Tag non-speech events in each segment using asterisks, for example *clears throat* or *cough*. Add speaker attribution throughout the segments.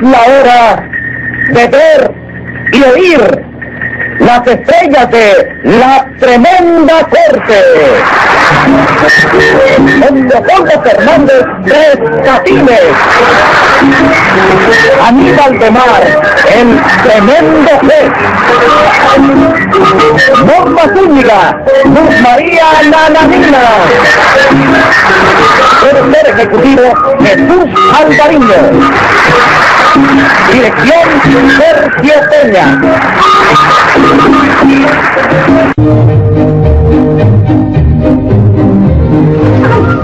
Speaker 1: la hora de ver y oír las estrellas de la tremenda corte. Don Leopoldo Fernández Tres Catines. Aníbal de Mar, el tremendo juez. Norma Zúñiga, Luz María Nananina. Productor ejecutivo Jesús Alvariño. Dirección Sergio Peña.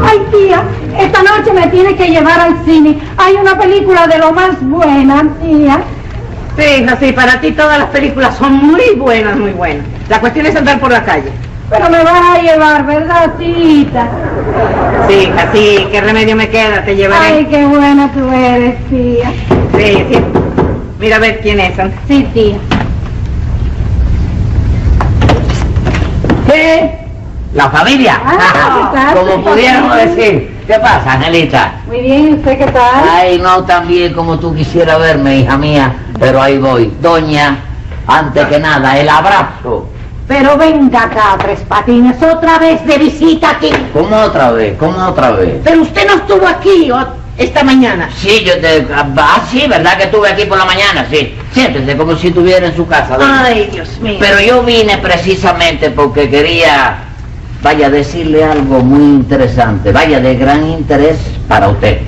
Speaker 2: Ay, tía, esta noche me tiene que llevar al cine. Hay una película de lo más buena, tía.
Speaker 3: Sí, hija, sí, para ti todas las películas son muy buenas, muy buenas. La cuestión es andar por la calle.
Speaker 2: Pero me vas a llevar, ¿verdad, tita?
Speaker 3: Sí, hija, sí, qué remedio me queda, te llevaré.
Speaker 2: Ay, qué buena tú eres, tía.
Speaker 3: Sí, sí. Mira a ver quién es. ¿eh? anda.
Speaker 2: Sí, tía.
Speaker 4: ¿Qué? La familia.
Speaker 2: Ah, ¿qué tal?
Speaker 4: *laughs* Como pudiéramos decir. ¿Qué pasa, Angelita?
Speaker 2: Muy bien, ¿y usted qué tal?
Speaker 4: Ay, no tan bien como tú quisieras verme, hija mía, pero ahí voy. Doña, antes que nada, el abrazo.
Speaker 5: Pero venga acá, Tres Patines, otra vez de visita aquí.
Speaker 4: ¿Cómo otra vez? ¿Cómo otra vez?
Speaker 5: Pero usted no estuvo aquí o- esta mañana.
Speaker 4: Sí, yo te... Ah, sí, ¿verdad que estuve aquí por la mañana? Sí. Siéntese como si estuviera en su casa. doña.
Speaker 5: Ay, Dios mío.
Speaker 4: Pero yo vine precisamente porque quería, vaya, decirle algo muy interesante, vaya, de gran interés para usted.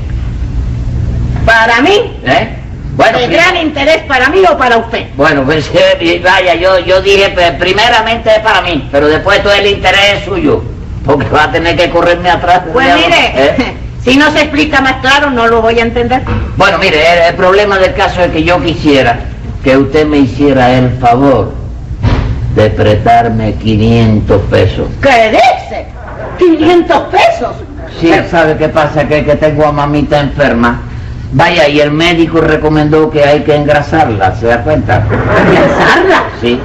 Speaker 5: para mí,
Speaker 4: ¿eh? Bueno,
Speaker 5: de
Speaker 4: sí.
Speaker 5: gran interés para mí o para usted.
Speaker 4: bueno, pues *laughs* eh, vaya, yo, yo dije, pues, primeramente es para mí, pero después todo el interés es suyo, porque va a tener que correrme atrás.
Speaker 5: Pues
Speaker 4: ya no-
Speaker 5: mire,
Speaker 3: *laughs*
Speaker 4: ¿eh?
Speaker 5: si no se explica más claro, no lo voy a entender.
Speaker 4: Bueno, mire, el, el problema del caso es que yo quisiera que usted me hiciera el favor de prestarme 500 pesos.
Speaker 5: ¿Qué dice? 500 pesos.
Speaker 4: Sí, ¿Eh? ¿sabe qué pasa? Que, que tengo a mamita enferma. Vaya, y el médico recomendó que hay que engrasarla, ¿se da cuenta?
Speaker 5: *laughs* ¿Engrasarla?
Speaker 4: Sí.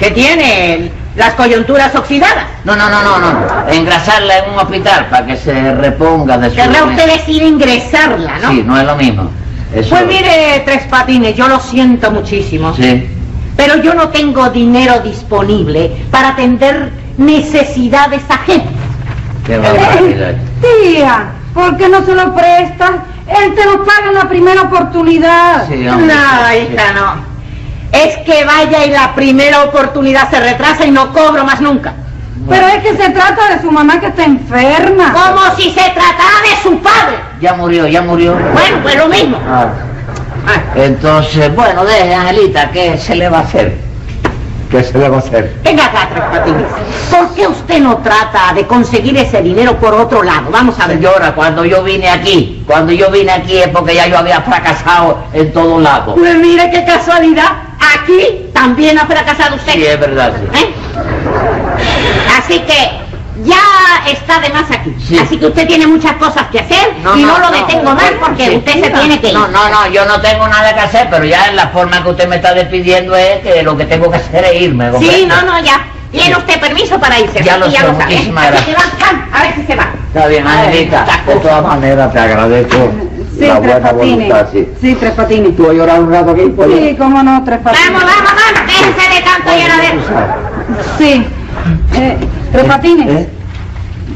Speaker 5: Que tiene las coyunturas oxidadas.
Speaker 4: No, no, no, no, no. Engrasarla en un hospital para que se reponga de su...
Speaker 5: Querrá usted decir ingresarla, ¿no?
Speaker 4: Sí, no es lo mismo. Eso-
Speaker 5: Pues mire, Tres Patines, yo lo siento muchísimo.
Speaker 4: Sí.
Speaker 5: Pero yo no tengo dinero disponible para atender necesidades ajenas.
Speaker 4: Qué barbaridad.
Speaker 2: Eh, Tía, ¿por qué no se lo prestas? Él te lo paga en la primera oportunidad.
Speaker 4: Sí, hombre.
Speaker 5: No, hija, no. Es que vaya y la primera oportunidad se retrasa y no cobro más nunca.
Speaker 2: *laughs* Pero es que se trata de su mamá que está enferma.
Speaker 5: Como si se tratara de su padre.
Speaker 4: Ya murió, ya murió.
Speaker 5: Bueno, pues lo mismo.
Speaker 4: Ah. Entonces, bueno, deje, Angelita, ¿qué se le va a hacer? ¿Qué se le va a hacer?
Speaker 5: Venga acá, Tres Patines. ¿Por qué usted no trata de conseguir ese dinero por otro lado? Vamos a ver.
Speaker 4: Señora, cuando yo vine aquí, cuando yo vine aquí es porque ya yo había fracasado en todos lados.
Speaker 5: Pues mire qué casualidad. Aquí también ha fracasado usted.
Speaker 4: Sí, es verdad, sí.
Speaker 5: ¿Eh? Así que ya está de más aquí.
Speaker 4: Sí.
Speaker 5: Así que usted tiene muchas cosas que hacer y no, lo detengo más porque
Speaker 4: sí.
Speaker 5: usted se tiene que ir.
Speaker 4: No, no, no, yo no tengo nada que hacer, pero ya en la forma que usted me está despidiendo es que lo que tengo que hacer es irme.
Speaker 5: sí,
Speaker 4: ¿comprende?
Speaker 5: no, no, ya. Tiene usted permiso para irse.
Speaker 4: Ya
Speaker 5: así
Speaker 4: lo
Speaker 5: que
Speaker 4: sé,
Speaker 5: sabe, ¿eh?
Speaker 4: muchísimas
Speaker 5: Así
Speaker 4: gracias.
Speaker 5: que va, va, a ver si se va.
Speaker 4: Está bien, Angelita. De todas maneras te agradezco
Speaker 2: Sí,
Speaker 4: la
Speaker 2: tres
Speaker 4: buena
Speaker 2: patines.
Speaker 4: voluntad, sí.
Speaker 2: Sí, tres patines.
Speaker 4: ¿Tú vas a llorar un rato aquí? pues por-
Speaker 2: Sí, cómo no, tres patines.
Speaker 5: Vamos, vamos, vamos. Déjese de tanto lloradero.
Speaker 2: Sí. Eh, tres patines.
Speaker 4: ¿Eh?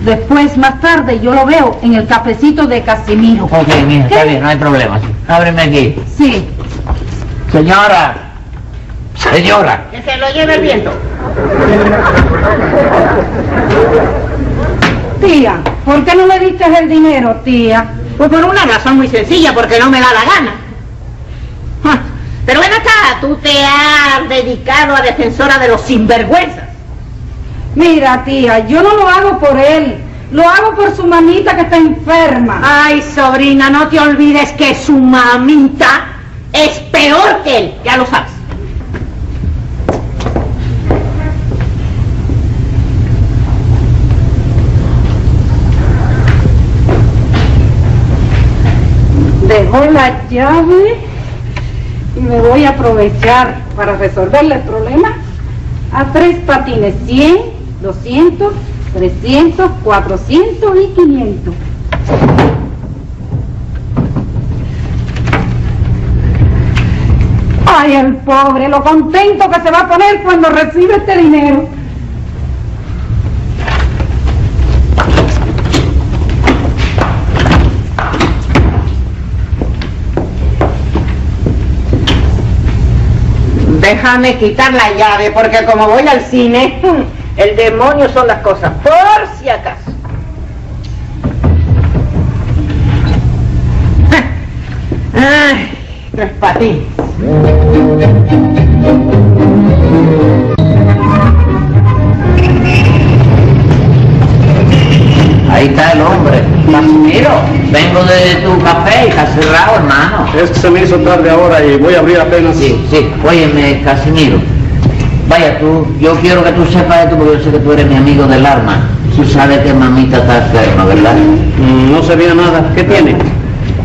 Speaker 2: Después, más tarde, yo lo veo en el cafecito de Casimiro.
Speaker 4: Ok, mira, Oh, está bien, no hay problema. sí. Ábreme aquí.
Speaker 2: Sí.
Speaker 4: Señora, señora.
Speaker 5: Que se lo lleve el viento.
Speaker 2: Tía, ¿por qué no le diste el dinero, tía?
Speaker 5: Pues por una razón muy sencilla, porque no me da la gana. Ah, Pero ven acá, tú te has dedicado a defensora de los sinvergüenzas.
Speaker 2: Mira, tía, yo no lo hago por él. Lo hago por su mamita que está enferma.
Speaker 5: Ay, sobrina, no te olvides que su mamita es peor que él, ya lo sabes.
Speaker 2: Dejó la llave y me voy a aprovechar para resolverle el problema a tres patines. 100, 200, 300, 400 y 500. Ay, el pobre, lo contento que se va a poner cuando recibe este dinero.
Speaker 3: Déjame quitar la llave, porque como voy al cine, *laughs* el demonio son las cosas, por si acaso.
Speaker 5: Ah,
Speaker 3: Ay, tres patines.
Speaker 6: Ahí está el hombre. Casimiro, vengo de tu café y está cerrado, hermano.
Speaker 7: Es que se me hizo tarde ahora y voy a abrir apenas.
Speaker 6: Sí, sí, óyeme, Casimiro. Vaya tú, yo quiero que tú sepas esto porque yo sé que tú eres mi amigo del alma. Tú sabes que mamita está enferma, ¿verdad?
Speaker 7: Mm, No sabía nada. ¿Qué tiene?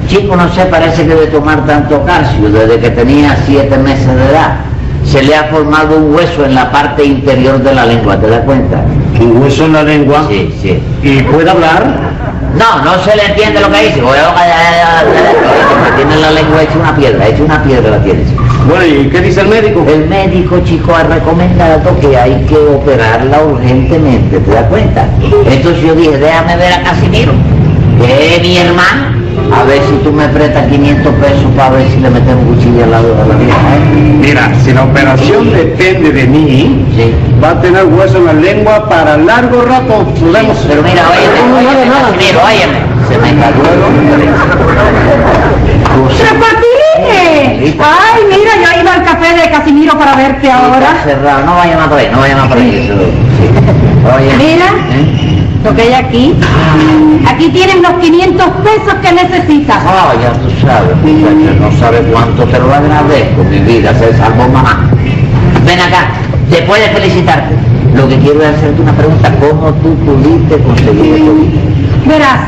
Speaker 6: Chico, no sé, parece que de tomar tanto calcio desde que tenía siete meses de edad. Se le ha formado un hueso en la parte interior de la lengua, ¿te das cuenta?
Speaker 7: Un hueso en la lengua.
Speaker 6: Sí, sí.
Speaker 7: ¿Y puede hablar?
Speaker 6: No, no se le entiende lo que dice. Porque tiene la lengua hecha una piedra, hecha una piedra la tiene. chico.
Speaker 7: Bueno, ¿y qué dice el médico?
Speaker 6: El médico, chico, ha recomendado que hay que operarla urgentemente, ¿te das cuenta? Entonces yo dije, déjame ver a Casimiro, que es mi hermano, a ver si tú me prestas 500 pesos para ver si le metemos un cuchillo al lado de la vieja, ¿eh?
Speaker 7: Mira, si la operación depende de mí,
Speaker 6: Sí.
Speaker 7: va a tener hueso en la lengua para largo rato. Nos vemos.
Speaker 6: Pero mira, óyeme,
Speaker 7: No, no,
Speaker 6: óyeme,
Speaker 7: nada.
Speaker 6: Casimiro, óyeme. Se me cayó el
Speaker 2: ¡Tres
Speaker 6: hombre.
Speaker 2: patines! Ay, mira, yo he ido al café de Casimiro para verte
Speaker 6: Está
Speaker 2: ahora.
Speaker 6: cerrado, no vaya más por ahí, no vaya más por ahí. eso,
Speaker 7: *laughs*
Speaker 6: sí. Oye.
Speaker 2: Mira.
Speaker 6: ¿eh? Ah,
Speaker 2: Lo que hay aquí. Aquí tienen los 500 pesos que necesitas.
Speaker 6: Ah, ya tú sabes, muchacha, no sabes cuánto te lo agradezco, mi vida, se salvó mamá. Ven acá, después de felicitarte, lo que quiero es hacerte una pregunta, ¿cómo tú pudiste conseguir esto?
Speaker 2: Verás,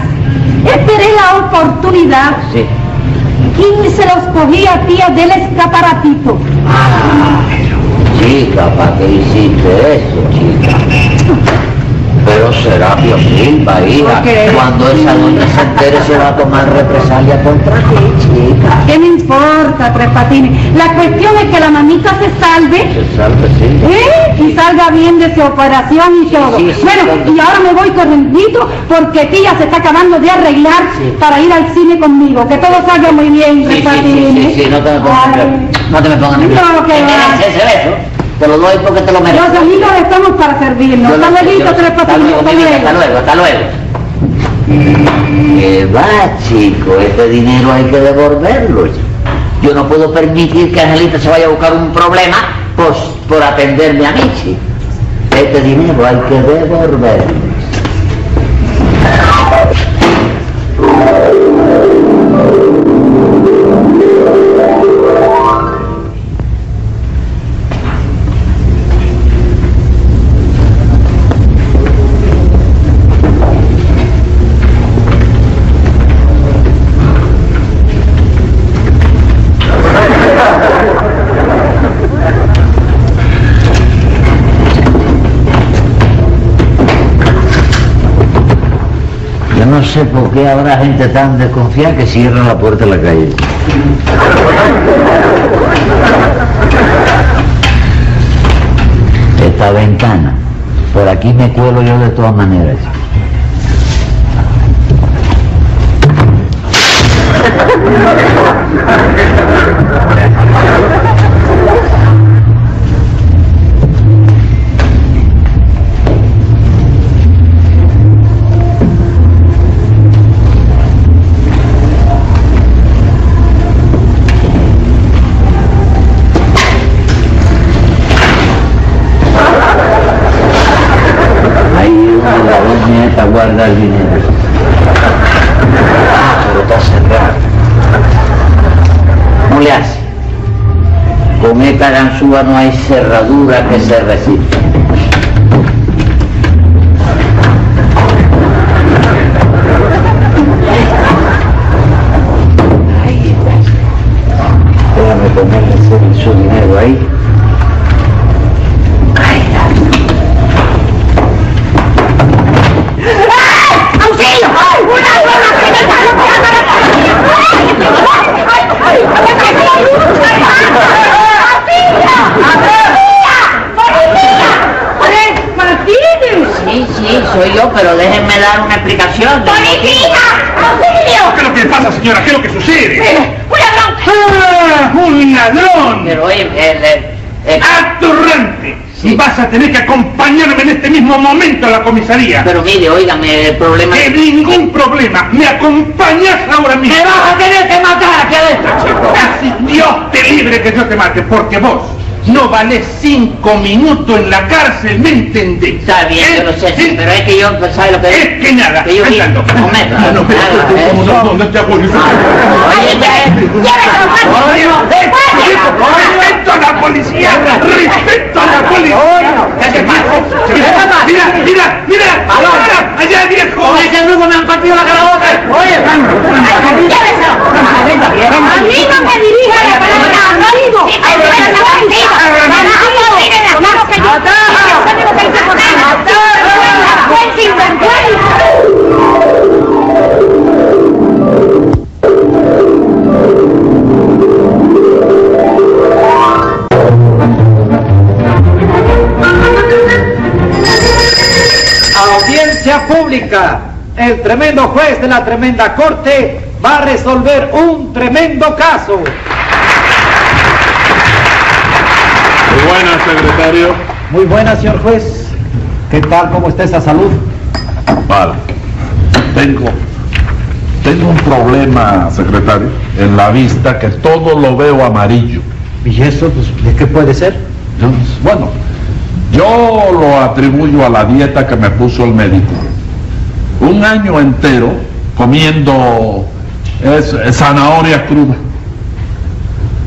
Speaker 2: esperé la oportunidad.
Speaker 6: Sí.
Speaker 2: ¿Quién se los cogía a ti del escaparatito?
Speaker 6: Ah, chica, ¿para qué hiciste eso, chica? Pero Serapio Silva, hija,
Speaker 2: qué?
Speaker 6: cuando esa doña se entere se va a tomar represalia contra ti, chica.
Speaker 2: ¿Qué me importa, Tres Patines? La cuestión es que la mamita se salve,
Speaker 6: Se salve, sí.
Speaker 2: ¿eh? Y salga bien de su operación y todo.
Speaker 6: sí, sí,
Speaker 2: bueno,
Speaker 6: claro.
Speaker 2: y ahora me voy corriendo porque Tía se está acabando de arreglar
Speaker 6: Sí.
Speaker 2: para ir al cine conmigo. Que todo salga muy bien,
Speaker 6: Sí,
Speaker 2: Tres
Speaker 6: sí, sí,
Speaker 2: Patines.
Speaker 6: sí, sí, no te me pongas nervioso.
Speaker 2: Ay,
Speaker 6: No te me pongas nervioso.
Speaker 2: No, que va.
Speaker 6: Ese beso, te lo doy porque te lo mereces.
Speaker 2: Los amigos estamos para servirnos.
Speaker 6: Yo lo-
Speaker 2: Hasta
Speaker 6: yo
Speaker 2: luego,
Speaker 6: lo-
Speaker 2: Tres
Speaker 6: hasta
Speaker 2: Patines.
Speaker 6: luego,
Speaker 2: hasta
Speaker 6: mi vida,
Speaker 2: luego.
Speaker 6: Hasta luego, hasta luego. Que va, chico, este dinero hay que devolverlo. chico. Yo no puedo permitir que Angelita se vaya a buscar un problema por, por atenderme a mí, chico. Este dinero hay que devolverlo. Yo no sé por qué habrá gente tan desconfiada que cierra la puerta de la calle. Esta ventana. Por aquí me cuelo yo de todas maneras. Ahí uno de la voz nieta guarda el dinero. Ah, pero está cerrado. No le hace. Con esta ganzúa no hay cerradura que se resista. Ahí está. Déjame ponerle ese- su dinero ahí. Ahí está.
Speaker 5: ¡Auxilio! ¡Ay, una broma! ¡Que me están golpeando la cabeza! ¡Ay, ay, ay! ¡Me caí! ¡Ay, ay!
Speaker 7: señora, ¿qué es lo que sucede?
Speaker 5: ¡Un ladrón!
Speaker 7: ¡Ah! ¡Un ladrón!
Speaker 6: Pero eh, el, el- el-
Speaker 7: ¡Atorrante!
Speaker 6: Sí.
Speaker 7: Vas a tener que acompañarme en este mismo momento a la comisaría.
Speaker 6: pero mire, óigame, el problema
Speaker 7: ¡Que ningún problema! ¡Me acompañas ahora mismo!
Speaker 6: ¡Me vas a tener que matar aquí adentro, chico!
Speaker 7: Casi Dios te libre que yo te mate, porque vos no valés cinco minutos en la cárcel, ¿me entendés?
Speaker 6: Está bien,
Speaker 7: ¿Eh?
Speaker 6: yo lo sé, sí,
Speaker 7: ¿Eh?
Speaker 6: pero es que yo, pues, ¿sabes lo que
Speaker 7: Es que nada,
Speaker 6: Que yo vine
Speaker 7: andando.
Speaker 6: a comer,
Speaker 7: Ah, no, pero-
Speaker 6: nada,
Speaker 7: pero-
Speaker 6: ¿eh?
Speaker 7: ¿cómo no? ¿Dónde está Boris?
Speaker 6: Oye,
Speaker 7: Oye, eh, ¡Respeto a la policía! ¡Respeto a la policía!
Speaker 6: ¿qué te pasa?
Speaker 7: Se me- ¡Mira, mira, mira! ¡Allá, allá, viejo!
Speaker 6: ¡Con ese grupo me han partido la calaboca! ¡Oye!
Speaker 5: ¡A mí no me dirija la palabra! ¡Amigo! ¡Sí, pero no es bandido! ¡Bandido! ¡Miren las manos que yo- que yo tengo que irse con él! ¡Sinvergüenza! ¡Buen sinvergüenza!
Speaker 8: Audiencia pública. El tremendo juez de la tremenda corte va a resolver un tremendo caso.
Speaker 9: Muy buenas, secretario.
Speaker 8: Muy buena, señor juez. ¿Qué tal? ¿Cómo está esa salud?
Speaker 9: Vale. Tengo, tengo un problema, secretario, en la vista que todo lo veo amarillo.
Speaker 8: ¿Y eso pues, de qué puede ser?
Speaker 9: Yo- pues, bueno, yo lo atribuyo a la dieta que me puso el médico. Un año entero comiendo es- es zanahorias crudas.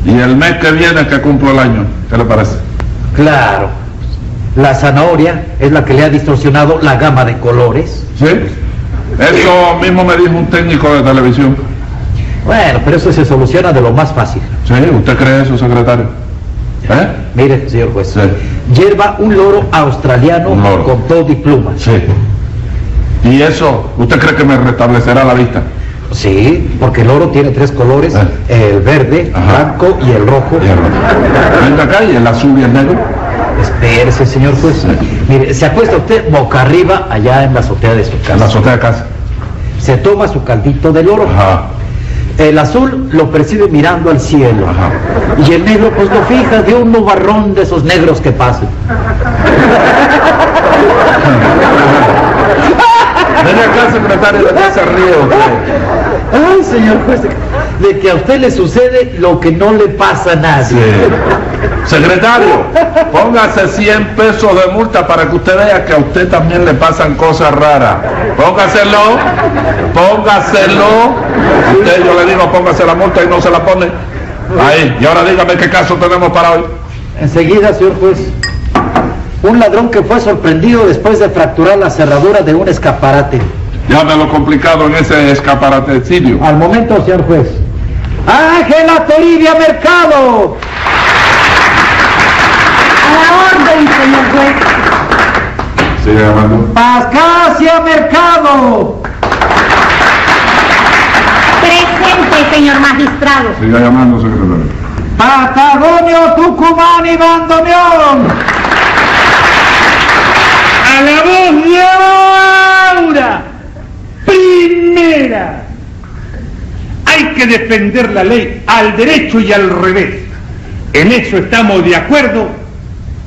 Speaker 9: Y el mes que viene que cumplo el año, ¿qué le parece?
Speaker 8: Claro. La zanahoria es la que le ha distorsionado la gama de colores.
Speaker 9: ¿Sí? Eso mismo me dijo un técnico de televisión.
Speaker 8: Bueno, pero eso se soluciona de lo más fácil.
Speaker 9: ¿Sí? ¿Usted cree eso, secretario? ¿Eh?
Speaker 8: Mire, señor juez.
Speaker 9: Sí.
Speaker 8: Hierva un loro australiano
Speaker 9: Un loro.
Speaker 8: con todo y plumas.
Speaker 9: Sí. ¿Y eso, usted cree que me restablecerá la vista?
Speaker 8: Sí, porque el oro tiene tres colores,
Speaker 9: Ah.
Speaker 8: el verde,
Speaker 9: Ajá.
Speaker 8: blanco y el rojo.
Speaker 9: Hierro. Venga acá y el azul y el negro.
Speaker 8: Espérese, señor juez. Mire, se acuesta usted boca arriba allá en la azotea de su
Speaker 9: En la
Speaker 8: casa.
Speaker 9: azotea de casa.
Speaker 8: Se toma su caldito del oro.
Speaker 9: *laughs* Ajá.
Speaker 8: El azul lo percibe mirando al cielo.
Speaker 9: Ajá.
Speaker 8: Y el negro pues lo fija de un nubarrón de esos negros que pasan.
Speaker 9: Ven acá, secretario, ¿de qué se ríe usted?
Speaker 8: Ay, señor juez, de que a usted le sucede lo que no le pasa a
Speaker 9: Sí.
Speaker 8: nadie.
Speaker 9: Este, Secretario, póngase 100 pesos de multa para que usted vea que a usted también le pasan cosas raras. Póngaselo, póngaselo. Usted yo le digo, póngase la multa y no se la pone. Ahí, y ahora dígame qué caso tenemos para hoy.
Speaker 8: Enseguida, señor juez. Un ladrón que fue sorprendido después de fracturar la cerradura de un escaparate.
Speaker 9: Ya me lo complicado en ese escaparatecilio.
Speaker 8: Al momento, señor juez. Ángela Toribia Mercado.
Speaker 2: A la orden, señor juez.
Speaker 9: Sí, hermano.
Speaker 8: Pascasia Mercado.
Speaker 5: Presente, señor magistrado.
Speaker 9: Siga llamando, secretario.
Speaker 8: Patagonio Tucumán y Bandoneón.
Speaker 7: ¡A la voz de Aura! ¡Primera! Hay que defender la ley al derecho y al revés. En eso estamos de acuerdo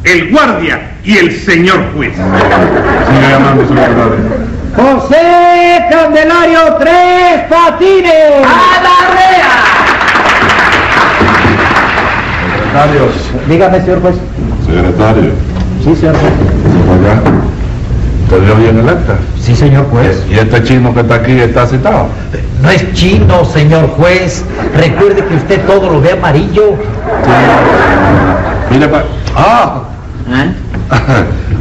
Speaker 7: el guardia y el señor juez.
Speaker 9: Siga llamando, secretario.
Speaker 8: José Candelario Tres Patines.
Speaker 9: Secretario.
Speaker 8: Dígame, señor juez.
Speaker 9: Secretario.
Speaker 8: Sí, señor juez.
Speaker 9: por acá. ¿Te dio bien el acta?
Speaker 8: Sí, señor juez.
Speaker 9: ¿Y este chino que está aquí está citado?
Speaker 8: No es chino, señor juez. Recuerde que usted todo lo ve amarillo.
Speaker 9: Mire, pa- ¡Ah! *laughs*
Speaker 6: ¿Eh?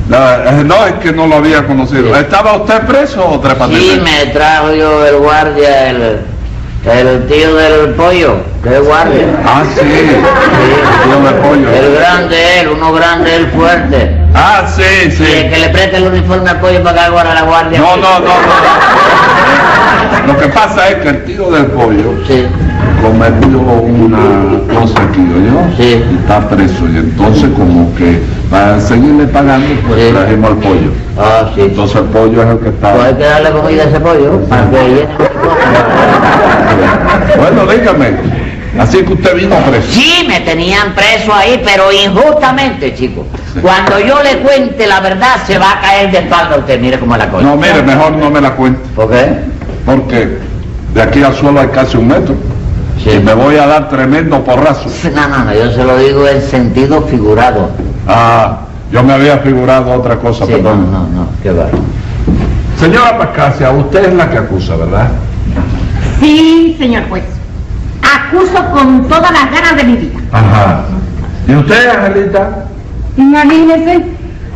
Speaker 9: La- eh, no, es que no lo había conocido. ¿Estaba usted preso o tres patines?
Speaker 6: Sí, me trajo yo el guardia, el, el tío del pollo, que es guardia.
Speaker 9: Ah, sí. Yo me pollo.
Speaker 6: El grande él, uno grande él fuerte.
Speaker 9: Ah, sí,
Speaker 6: Y
Speaker 9: sí.
Speaker 6: el que le preste el uniforme al pollo para que haga ahora la guardia.
Speaker 9: No, no, no, no. Lo que pasa es que el tío del pollo
Speaker 6: Sí.
Speaker 9: cometió una cosa aquí, ¿oyó?
Speaker 6: Sí.
Speaker 9: Y está preso. Y entonces como que para seguirle pagando, pues
Speaker 6: Sí.
Speaker 9: trajimos al pollo.
Speaker 6: Ah, sí.
Speaker 9: Entonces el pollo es el que
Speaker 6: Pues hay
Speaker 9: está...
Speaker 6: que darle comida a ese pollo para que llene.
Speaker 9: Bueno, dígame. Así que usted vino preso.
Speaker 6: Sí, me tenían preso ahí, pero injustamente, chico. Cuando yo le cuente la verdad, se va a caer de espalda usted. Mire cómo es la cosa.
Speaker 9: No, mire, mejor no me la cuente.
Speaker 6: ¿Por qué?
Speaker 9: Porque de aquí al suelo hay casi un metro.
Speaker 6: Sí.
Speaker 9: Y me voy a dar tremendo porrazo.
Speaker 6: No, no, no, yo se lo digo en sentido figurado.
Speaker 9: Ah, yo me había figurado otra cosa,
Speaker 6: Sí, no,
Speaker 9: perdón.
Speaker 6: no, no, qué va.
Speaker 9: Señora Pascasia, usted es la que acusa, ¿verdad?
Speaker 5: Sí, señor juez. Acuso con todas las ganas de mi vida. *clears throat*
Speaker 9: Ajá. ¿Y usted, Angelita?
Speaker 2: Imagínese,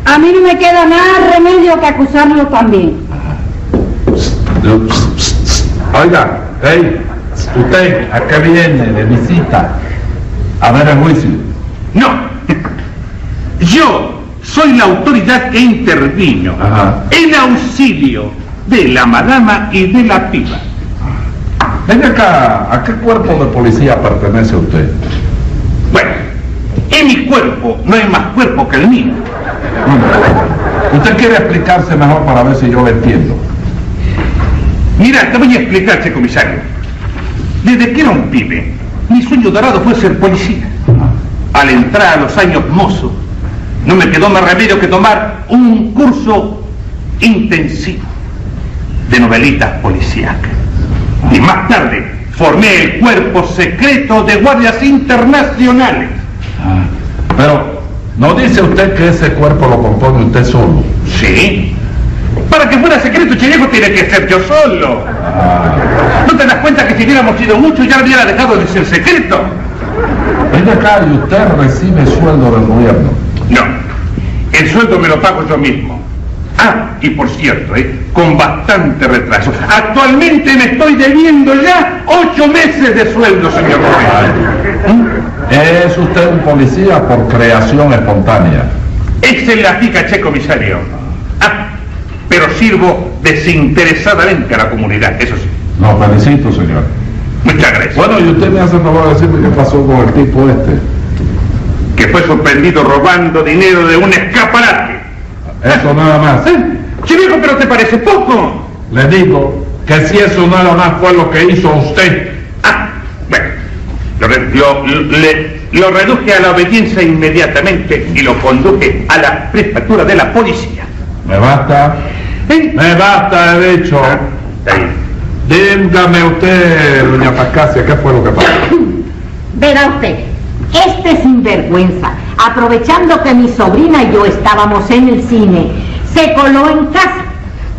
Speaker 2: a mí no me queda nada de remedio que acusarlo también.
Speaker 9: Oiga, hey, usted, ¿a qué viene de visita? A ver el juicio.
Speaker 7: No. Yo soy la autoridad que intervino
Speaker 9: Ajá.
Speaker 7: en auxilio de la madama y de la piba.
Speaker 9: Venga acá, ¿a qué cuerpo de policía pertenece usted?
Speaker 7: Bueno, en mi cuerpo no hay más cuerpo que el mío.
Speaker 9: Usted quiere explicarse mejor para ver si yo lo entiendo.
Speaker 7: Mira, te voy a explicarte, comisario. Desde que era un pibe, mi sueño dorado fue ser policía. Al entrar a los años mozos, no me quedó más remedio que tomar un curso intensivo de novelitas policíacas. Y más tarde formé el cuerpo secreto de guardias internacionales.
Speaker 9: Ah, Pero, ¿no dice usted que ese cuerpo lo compone usted solo?
Speaker 7: Sí. Para que fuera secreto, Chillejo, tiene que ser yo solo. ¿No te das cuenta que si hubiéramos sido muchos ya hubiera dejado de ser secreto?
Speaker 9: Venga acá y usted recibe sueldo del gobierno.
Speaker 7: No. El sueldo me lo pago yo mismo. Ah, y por cierto, ¿eh? con bastante retraso. Actualmente me estoy debiendo ya ocho meses de sueldo, señor juez.
Speaker 9: ¿Mm? Es usted un policía por creación espontánea.
Speaker 7: Esa es la pica, che, comisario. Ah, pero sirvo desinteresadamente a la comunidad, eso sí.
Speaker 9: No, felicito, señor.
Speaker 7: Muchas gracias.
Speaker 9: Bueno, y usted me hace el favor de decirme qué pasó con el tipo este.
Speaker 7: que fue sorprendido robando dinero de un escaparate.
Speaker 9: Eso nada más.
Speaker 7: Sí, viejo, pero te parece poco.
Speaker 9: Le digo que si eso nada más fue lo que hizo usted.
Speaker 7: Ah, bueno, lo, re- lo- le- lo reduje a la obediencia inmediatamente y lo conduje a la prefectura de la policía.
Speaker 9: Me basta.
Speaker 7: ¿Eh?
Speaker 9: Me basta, he dicho.
Speaker 7: Ah, está bien.
Speaker 9: Dígame usted, doña Pascasia, ¿qué fue lo que pasó?
Speaker 5: Verá usted, este sinvergüenza, aprovechando que mi sobrina y yo estábamos en el cine, se coló en casa,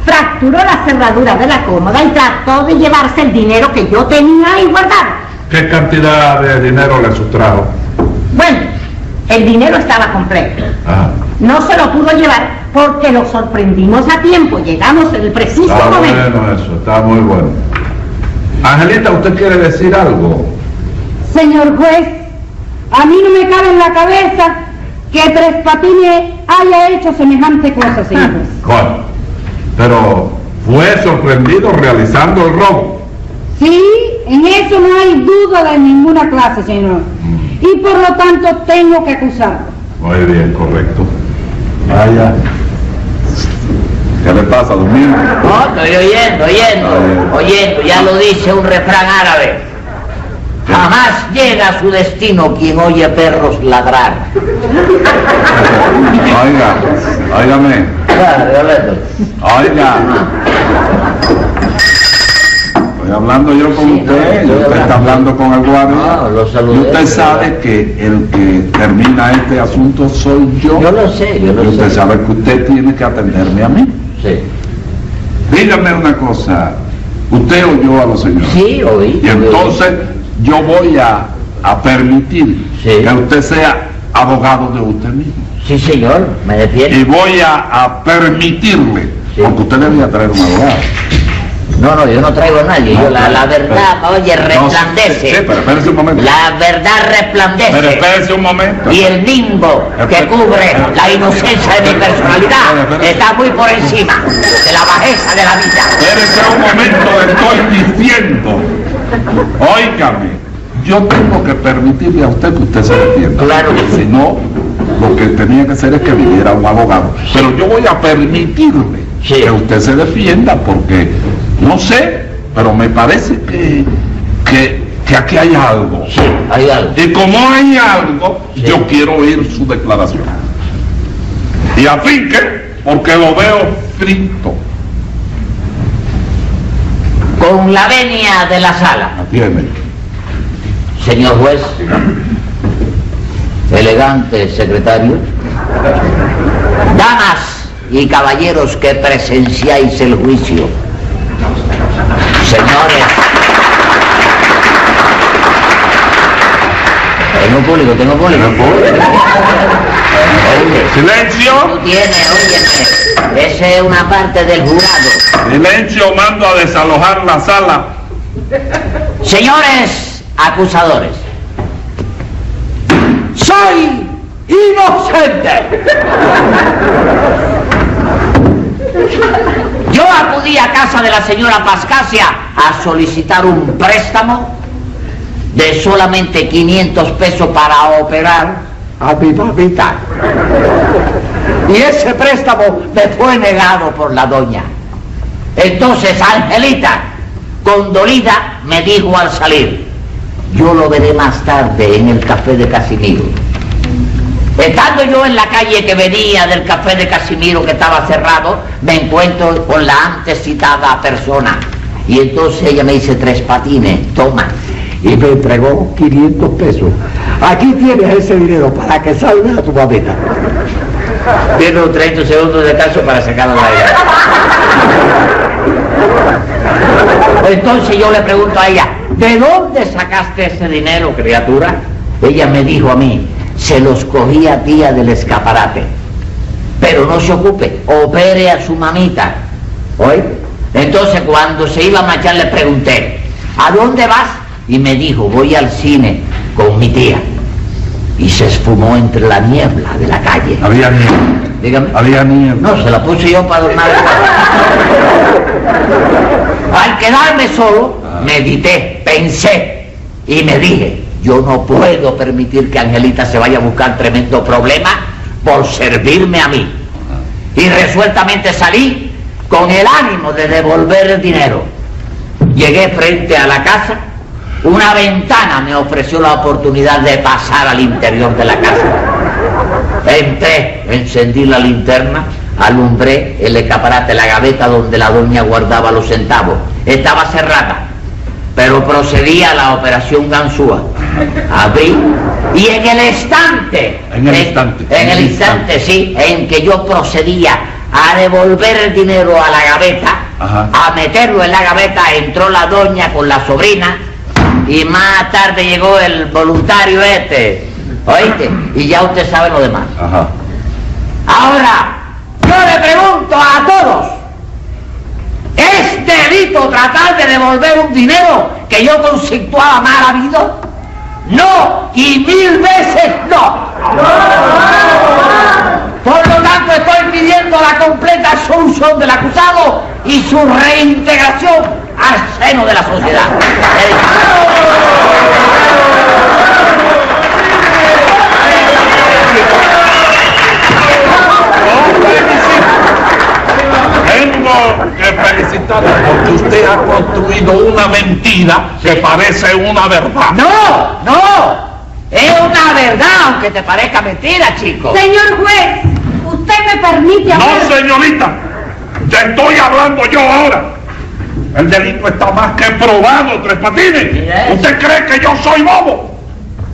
Speaker 5: fracturó la cerradura de la cómoda y trató de llevarse el dinero que yo tenía ahí guardado.
Speaker 9: ¿Qué cantidad de dinero le sustrajo?
Speaker 5: Bueno, el dinero estaba completo.
Speaker 9: Ah,
Speaker 5: No se lo pudo llevar porque lo sorprendimos a tiempo. Llegamos en el preciso
Speaker 9: está
Speaker 5: momento.
Speaker 9: Ah, bueno eso, está muy bueno. Angelita, ¿usted quiere decir algo?
Speaker 2: Señor juez, a mí no me cabe en la cabeza que Tres Patines haya hecho semejante cosa, señor juez.
Speaker 9: Bueno, pero fue sorprendido realizando el robo.
Speaker 2: Sí, en eso no hay duda de ninguna clase, señor. Y por lo tanto tengo que acusarlo.
Speaker 9: Muy bien, correcto. Vaya. ¿Qué le pasa, Domingo?
Speaker 6: No, estoy oyendo, oyendo,
Speaker 9: Ah,
Speaker 6: oyendo. Ya lo dice un refrán árabe. Jamás llega a su destino quien oye perros ladrar.
Speaker 9: Oiga, óigame,
Speaker 6: Claro, Violeto.
Speaker 9: oiga. Estoy hablando yo con
Speaker 6: Sí, no,
Speaker 9: usted,
Speaker 6: estoy
Speaker 9: y usted está hablando con el guardia.
Speaker 6: No, lo saludé,
Speaker 9: y usted
Speaker 6: pero-
Speaker 9: sabe que el que termina este asunto soy yo.
Speaker 6: Yo lo sé, yo
Speaker 9: y
Speaker 6: lo
Speaker 9: usted
Speaker 6: sé.
Speaker 9: sabe que usted tiene que atenderme a mí.
Speaker 6: Sí.
Speaker 9: Dígame una cosa, usted oyó a los señores.
Speaker 6: Sí, oí.
Speaker 9: Y entonces yo voy a, a permitir
Speaker 6: Sí.
Speaker 9: que usted sea abogado de usted mismo.
Speaker 6: Sí, señor, me
Speaker 9: Y
Speaker 6: defiende.
Speaker 9: voy a, a permitirle,
Speaker 6: Sí.
Speaker 9: porque usted debía traer un abogado.
Speaker 6: No, no, yo no traigo a nadie. Yo la, la verdad, oye,
Speaker 9: No, sí, sí,
Speaker 6: resplandece.
Speaker 9: pero espérese un momento.
Speaker 6: La verdad
Speaker 9: Pero
Speaker 6: resplandece.
Speaker 9: espérese un momento.
Speaker 6: Y el limbo que cubre la inocencia de mi personalidad está muy por encima de la bajeza de la vida.
Speaker 9: Espérese un momento, le estoy diciendo. Óigame, yo tengo que permitirle a usted que usted se defienda.
Speaker 6: Claro que sí.
Speaker 9: Si no, lo que tenía que hacer es que viniera un abogado. Pero yo voy a permitirle
Speaker 6: Sí.
Speaker 9: que usted se defienda porque, no sé, pero me parece que que, que aquí hay algo.
Speaker 6: Sí, hay algo.
Speaker 9: Y como hay algo,
Speaker 6: Sí.
Speaker 9: yo quiero oír su declaración. Y aplique, porque lo veo frito.
Speaker 6: Con la venia de la sala,
Speaker 9: Tiene.
Speaker 6: señor juez, elegante secretario, damas y caballeros que presenciáis el juicio, señores. Tengo público, tengo público. Oye. Tú
Speaker 9: Silencio,
Speaker 6: tienes, óyeme, esa es una parte del jurado.
Speaker 9: silencio, mando a desalojar la sala.
Speaker 6: Señores acusadores,
Speaker 8: ¡Soy inocente!
Speaker 6: yo acudí a casa de la señora Pascasia a solicitar un préstamo de solamente 500 pesos para operar.
Speaker 8: A mi papita.
Speaker 6: Y ese préstamo me fue negado por la doña. Entonces Angelita, condolida, me dijo al salir, yo lo veré más tarde en el café de Casimiro. Estando yo en la calle que venía del café de Casimiro que estaba cerrado, me encuentro con la antes citada persona. Y entonces ella me dice tres patines, toma.
Speaker 8: Y me entregó 500 pesos. Aquí tienes ese dinero para que salga a tu papita.
Speaker 6: Tiene 30 segundos de caso para sacar la Entonces yo le pregunto a ella, ¿de dónde sacaste ese dinero, criatura? Ella me dijo a mí, se los cogí a tía del escaparate. Pero no se ocupe, opere a su mamita. ¿Oye? Entonces cuando se iba a marchar le pregunté, ¿a dónde vas? Y me dijo, voy al cine con mi tía. Y se esfumó entre la niebla de la calle.
Speaker 9: Había nieve.
Speaker 6: Dígame.
Speaker 9: Había nieve.
Speaker 6: No, se la puse yo para adornar el cuadro. Al quedarme solo, medité, pensé y me dije, yo no puedo permitir que Angelita se vaya a buscar tremendo problema por servirme a mí. Y resueltamente salí con el ánimo de devolver el dinero. Llegué frente a la casa, una ventana me ofreció la oportunidad de pasar al interior de la casa. Entré, encendí la linterna, alumbré el escaparate, la gaveta donde la doña guardaba los centavos. Estaba cerrada, pero procedía a la operación Ganzúa. Abrí y en el instante,
Speaker 9: En el instante,
Speaker 6: en el instante, sí, en que yo procedía a devolver el dinero a la gaveta,
Speaker 9: Ajá.
Speaker 6: a meterlo en la gaveta, entró la doña con la sobrina y más tarde llegó el voluntario este. ¿Oíste? Y ya usted sabe lo demás.
Speaker 9: Ajá.
Speaker 6: Ahora, yo le pregunto a todos, ¿es delito tratar de devolver un dinero que yo constituaba mal habido? No, y mil veces no. Por lo tanto, estoy pidiendo la completa absolución del acusado y su reintegración al seno de la sociedad.
Speaker 9: Tengo que felicitarla porque usted ha construido una mentira que parece una verdad.
Speaker 6: No, no. Es una verdad, aunque te parezca mentira, chico.
Speaker 5: Señor juez, usted me permite hablar.
Speaker 9: No, señorita, te estoy hablando yo ahora. El delito está más que probado, Tres Patines.
Speaker 6: Yes.
Speaker 9: ¿Usted cree que yo soy bobo?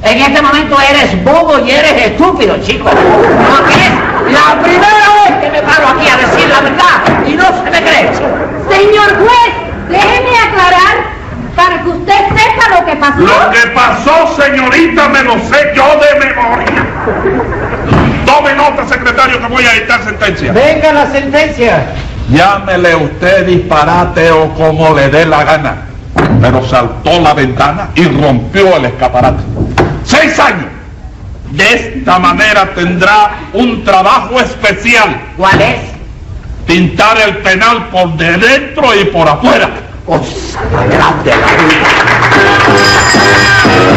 Speaker 6: En este momento eres bobo y eres estúpido, chico. Porque es la primera vez que me paro aquí a decir la verdad y no se me cree.
Speaker 5: Señor juez, déjeme aclarar para que usted sepa lo que pasó.
Speaker 9: Lo que pasó, señorita, me lo sé yo de memoria. Tome nota, secretario, que voy a dictar sentencia.
Speaker 8: Venga la sentencia.
Speaker 9: Llámele usted disparate o como le dé la gana. Pero saltó la ventana y rompió el escaparate. ¡Seis años! De esta manera tendrá un trabajo especial.
Speaker 6: ¿Cuál es?
Speaker 9: Pintar el penal por de dentro y por afuera.
Speaker 6: Cosa más grande de la vida.